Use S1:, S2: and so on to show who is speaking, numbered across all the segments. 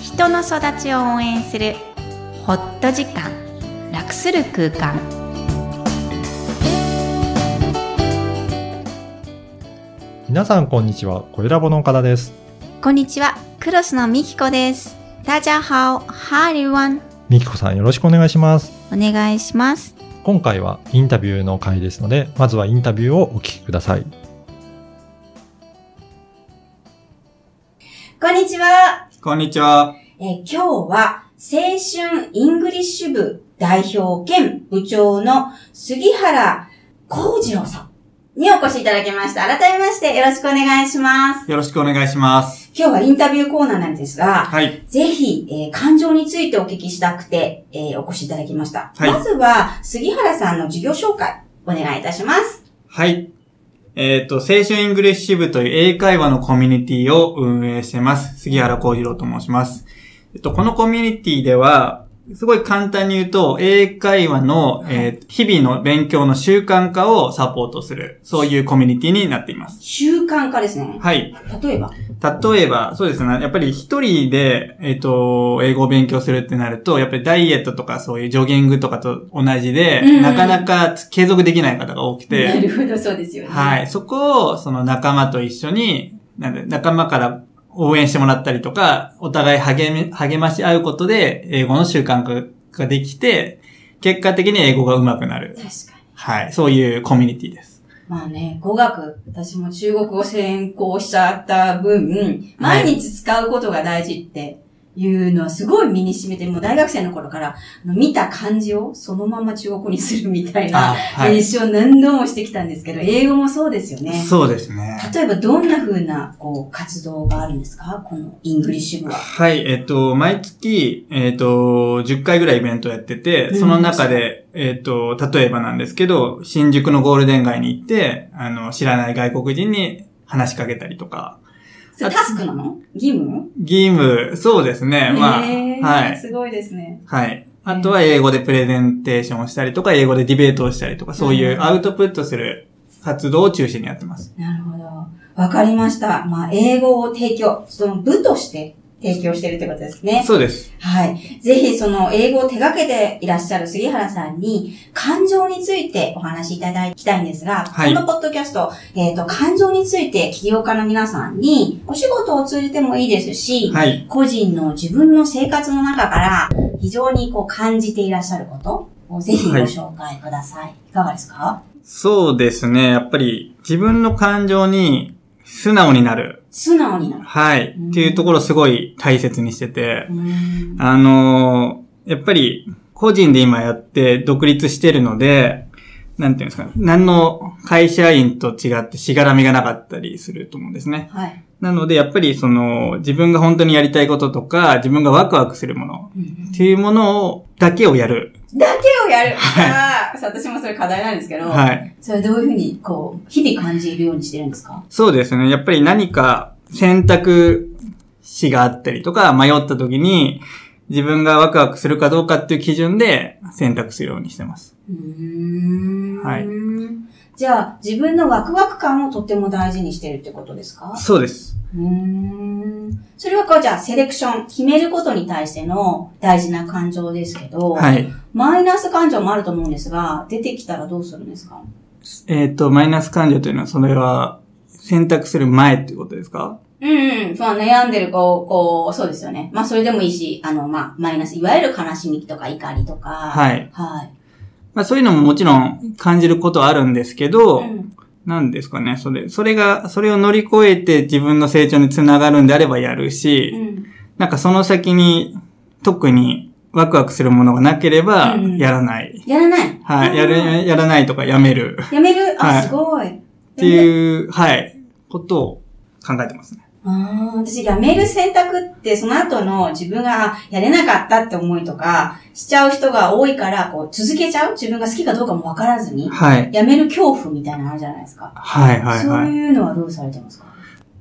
S1: 人の育ちを応援するホット時間楽する空間
S2: 皆さんこんにちは、声ラボの岡田です。
S1: こんにちはクロスのみきこです大家好ハーリワン
S2: みきこさんよろしくお願いします。
S1: お願いします
S2: 今回はインタビューの回ですので、まずはインタビューをお聞きください。
S3: こんにちは、
S4: こんにちは。
S3: えー今日は青春イングリッシュ部代表兼部長の杉原幸次郎さんにお越しいただきました。改めましてよろしくお願いします。
S4: よろしくお願いします。
S3: 今日はインタビューコーナーなんですが、
S4: はい。
S3: ぜひ、えー感情についてお聞きしたくて、えーお越しいただきました。
S4: はい
S3: まずは杉原さんの事業紹介お願いいたします。
S4: はい。えっ、と、青春イングリッシュ部という英会話のコミュニティを運営してます。杉原幸次郎と申します。えっと、このコミュニティでは、すごい簡単に言うと、英会話の、えー日々の勉強の習慣化をサポートする、そういうコミュニティになっています。
S3: 習慣化ですね。
S4: はい。
S3: 例えば、
S4: 例えば、そうですね。やっぱり一人で、えっ、と、英語を勉強するってなると、やっぱりダイエットとかそういうジョギングとかと同じで、
S3: うん
S4: なかなか継続できない方が多く
S3: な
S4: て、
S3: るほどそうですよね。
S4: はい。そこを、その仲間と一緒に、なんで、仲間から応援してもらったりとか、お互い励み、励まし合うことで、英語の習慣化ができて、結果的に英語が上手くなる
S3: 確。かに。
S4: はい。そういうコミュニティです。
S3: まあね、語学、私も中国語専攻しちゃった分、
S4: はい
S3: 毎日使うことが大事っていうのはすごい身に染みて、もう大学生の頃から、あの見た漢字をそのまま中国語にするみたいな
S4: あ、はい
S3: 練。習を何度もしてきたんですけど、英語もそうですよね。
S4: そうですね。
S3: 例えばどんな風な、こう、活動があるんですかこのイングリッシュ部は。
S4: はい、えっと、毎月、えっと、10回ぐらいイベントやってて、
S3: うん
S4: その中で、えっと、例えばなんですけど、新宿のゴールデン街に行って、あの、知らない外国人に話しかけたりとか、
S3: それタスクなの義務
S4: 義務、そうですね、まあ、
S3: へー
S4: はい、
S3: すごいですね。
S4: はい。あとは英語でプレゼンテーションをしたりとか、英語でディベートをしたりとか、そういうアウトプットする活動を中心にやってます。
S3: なるほど。わかりました。まあ、英語を提供、その部として提供しているということですね。
S4: そうです。
S3: はい。ぜひ、その英語を手掛けていらっしゃる杉原さんに、感情についてお話しいただきたいんですが、
S4: はい
S3: このポッドキャスト、えっ、と、感情について起業家の皆さんに、お仕事を通じてもいいですし、
S4: はい。
S3: 個人の自分の生活の中から、非常にこう感じていらっしゃることをぜひご紹介ください。い、かがですか
S4: そうですね、やっぱり自分の感情に素直になる。
S3: 素直になる。
S4: はい。
S3: うん
S4: っていうところすごい大切にしてて
S3: う、ん
S4: あのーやっぱり個人で今やって独立してるので、なんていうんですかね、何の会社員と違ってしがらみがなかったりすると思うんですね。
S3: はい。
S4: なのでやっぱりその自分が本当にやりたいこととか、自分がワクワクするもの
S3: うん
S4: っていうものを、だけをやる。
S3: だけをやる。あー私もそれ課題なんですけど、
S4: はい。
S3: それどういうふうに、こう、日々感じるようにしてるんですか
S4: そうですね。やっぱり何か選択肢があったりとか、迷った時に、自分がワクワクするかどうかっていう基準で選択するようにしてます。
S3: うーん
S4: はい
S3: じゃあ、自分のワクワク感をとっても大事にしてるってことですか
S4: そうです。
S3: うーん。それはこう、じゃあ、セレクション、決めることに対しての大事な感情ですけど、
S4: はい。
S3: マイナス感情もあると思うんですが、出てきたらどうするんですか
S4: えっ、と、マイナス感情というのは、それは、選択する前っていうことですか
S3: うん、うん。まあ、悩んでる子、こう、そうですよね。まあ、それでもいいし、あの、まあ、マイナス、いわゆる悲しみとか怒りとか、い。
S4: はい。
S3: はい。
S4: まあそういうのももちろん感じることはあるんですけど、
S3: うん
S4: なんですかね、それ、それが、それを乗り越えて自分の成長につながるんであればやるし、
S3: うん
S4: なんかその先に、特にワクワクするものがなければ
S3: うん、
S4: やらない。
S3: やらない。
S4: はい。や
S3: うん
S4: る、やらないとかやめる
S3: やめるあ、
S4: はい
S3: すごい。
S4: っていう、はい、ことを考えてますね。
S3: ああ、私、やめる選択って、その後の自分がやれなかったって思いとか、しちゃう人が多いから、こう、続けちゃう自分が好きかどうかもわからずに、
S4: はい。
S3: やめる恐怖みたいなのあるじゃないですか。
S4: はい、はい、
S3: そ
S4: は
S3: う
S4: い。
S3: いうのはどうされてますか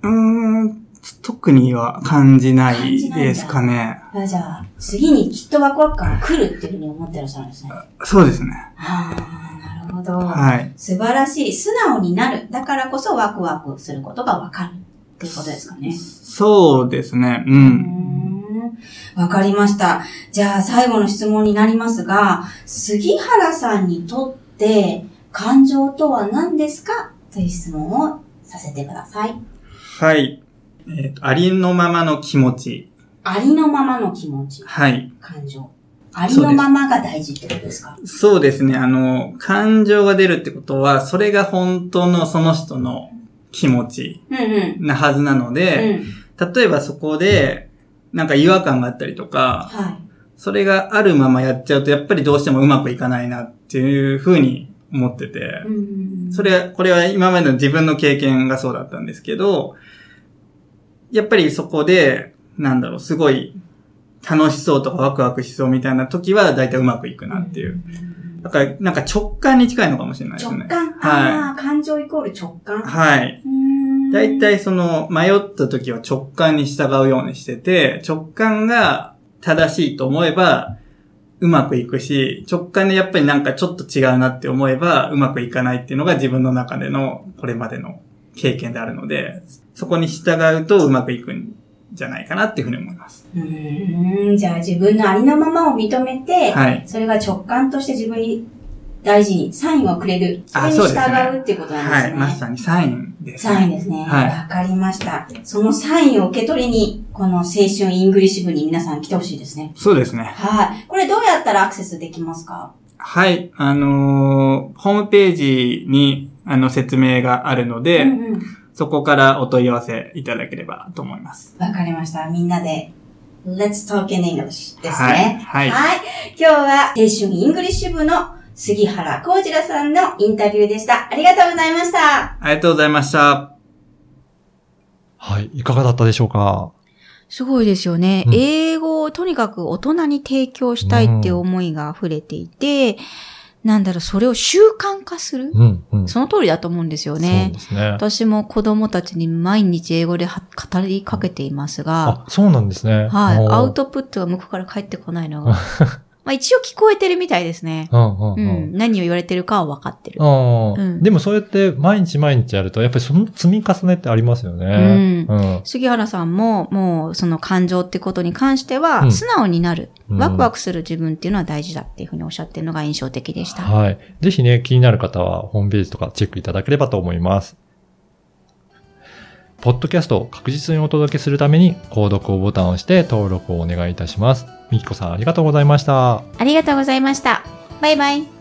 S4: うーん、特には感じな
S3: 感じ
S4: い
S3: ないんだ
S4: ですかね。
S3: あじゃあ、次にきっとワクワク感が来るっていうふうに思ってらっしゃるんですね。あ
S4: そうですね。
S3: あ、なるほど。
S4: はい。
S3: 素晴らしい。素直になる。だからこそワクワクすることがわかるっていうことですかね。
S4: そうですね。う。
S3: うんんわかりました。じゃあ最後の質問になりますが、杉原さんにとって感情とは何ですかという質問をさせてください。
S4: はい。えっ、と、ありのままの気持ち。
S3: ありのままの気持ち、
S4: はい。
S3: 感情。ありのままが大事ってことですか
S4: そうですね。あの、感情が出るってことは、それが本当のその人の気持ち
S3: うんうん。
S4: なはずなの
S3: う
S4: で、
S3: ん。
S4: 例えばそこで、なんか違和感があったりとか、
S3: はい。
S4: それがあるままやっちゃうと、やっぱりどうしてもうまくいかないなっていうふうに思ってて、
S3: うんうんうん
S4: それは、これは今までの自分の経験がそうだったんですけど、やっぱりそこで、なんだろう、すごい楽しそうとかワクワクしそうみたいな時は大体うまくいくなっていう。だから、なんか直感に近いのかもしれないですね
S3: 直。感。ああ、感情イコール直感。
S4: はい。
S3: だ
S4: 大体その迷った時は直感に従うようにしてて、直感が正しいと思えばうまくいくし、直感でやっぱりなんかちょっと違うなって思えばうまくいかないっていうのが自分の中でのこれまでの経験であるので、そこに従うとうまくいくんじゃないかなっていうふうに思います。
S3: うーん、じゃあ自分のありのままを認めて、
S4: はい。
S3: それが直感として自分に大事にサインをくれる。それ
S4: あ
S3: に
S4: そう
S3: 従
S4: ですね
S3: うっていうことなんです
S4: は
S3: ね。
S4: い。まさにサインです、
S3: サインですね。わ、
S4: はい
S3: かりました。そのサインを受け取りに、この青春イングリッシュ部に皆さん来てほしいですね。
S4: そうですね。
S3: はい。これどうやったらアクセスできますか
S4: はい。あのーホームページにあの説明があるので、
S3: うんうん。
S4: そこからお問い合わせいただければと思います。
S3: わかりました。みんなで、Let's talk in English です
S4: は
S3: ね
S4: い。。はい。
S3: はい。今日は青春イングリッシュ部の杉原幸次郎さんのインタビューでした。ありがとうございました。
S4: ありがとうございました。
S2: はい。いかがだったでしょうか
S5: すごいですよね。
S2: うん
S5: 英語をとにかく大人に提供したいっていう思いが溢れていて、なんだろう、それを習慣化する。
S2: うん、うん。
S5: その通りだと思うんですよ
S2: そう
S5: ね。
S2: ですね。
S5: 私も子供たちに毎日英語では語りかけていますが、
S2: あ、そうなんですね。
S5: はい、
S2: おー
S5: アウトプットが向こうから返ってこない のが、まあ一応聞こえてるみたいですね。
S2: うん、うん、
S5: う
S2: うん。
S5: ん、何を言われてるかは分かってる。
S2: ああ、
S5: うん
S2: でもそうやって毎日毎日やると、やっぱりその積み重ねってありますよね。
S5: うん
S2: うん。
S5: 杉原さんも、もう、その感情ってことに関して
S2: う
S5: は、
S2: ん
S5: 素直になる、
S2: うん
S5: ワクワクする自分っていうのは大事だっていうふうにおっしゃってるのが印象的でした。
S2: はい。ぜひね、気になる方はホームページとかチェックいただければと思います。ポッドキャストを確実にお届けするために、購読をボタンを押して登録をお願いいたします。みきこさんありがとうございました。
S5: ありがとうございました。バイバイ。